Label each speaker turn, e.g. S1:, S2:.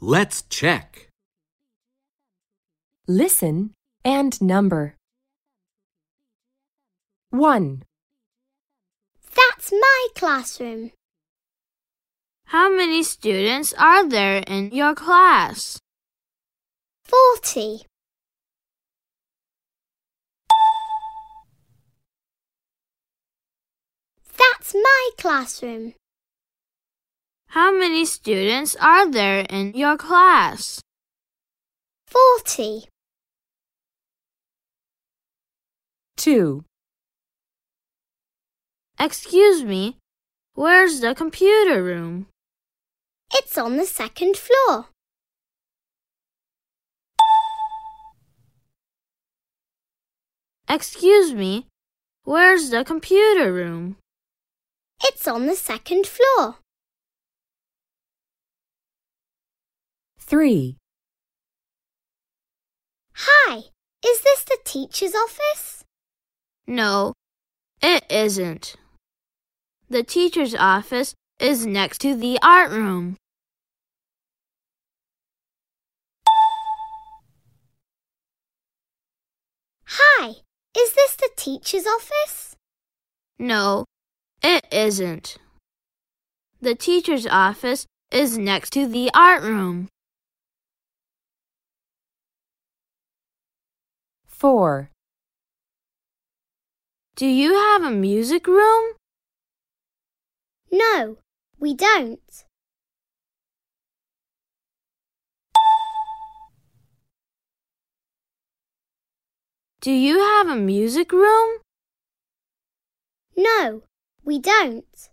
S1: Let's check.
S2: Listen and number. 1.
S3: That's my classroom.
S4: How many students are there in your class?
S3: 40. That's my classroom.
S4: How many students are there in your class?
S3: 40.
S2: 2.
S4: Excuse me, where's the computer room?
S3: It's on the second floor.
S4: Excuse me, where's the computer room?
S3: It's on the second floor.
S2: 3.
S3: Hi, is this the teacher's office?
S4: No, it isn't. The teacher's office is next to the art room.
S3: Hi, is this the teacher's office?
S4: No, it isn't. The teacher's office is next to the art room.
S2: 4.
S4: Do you have a music room?
S3: No, we don't.
S4: Do you have a music room?
S3: No, we don't.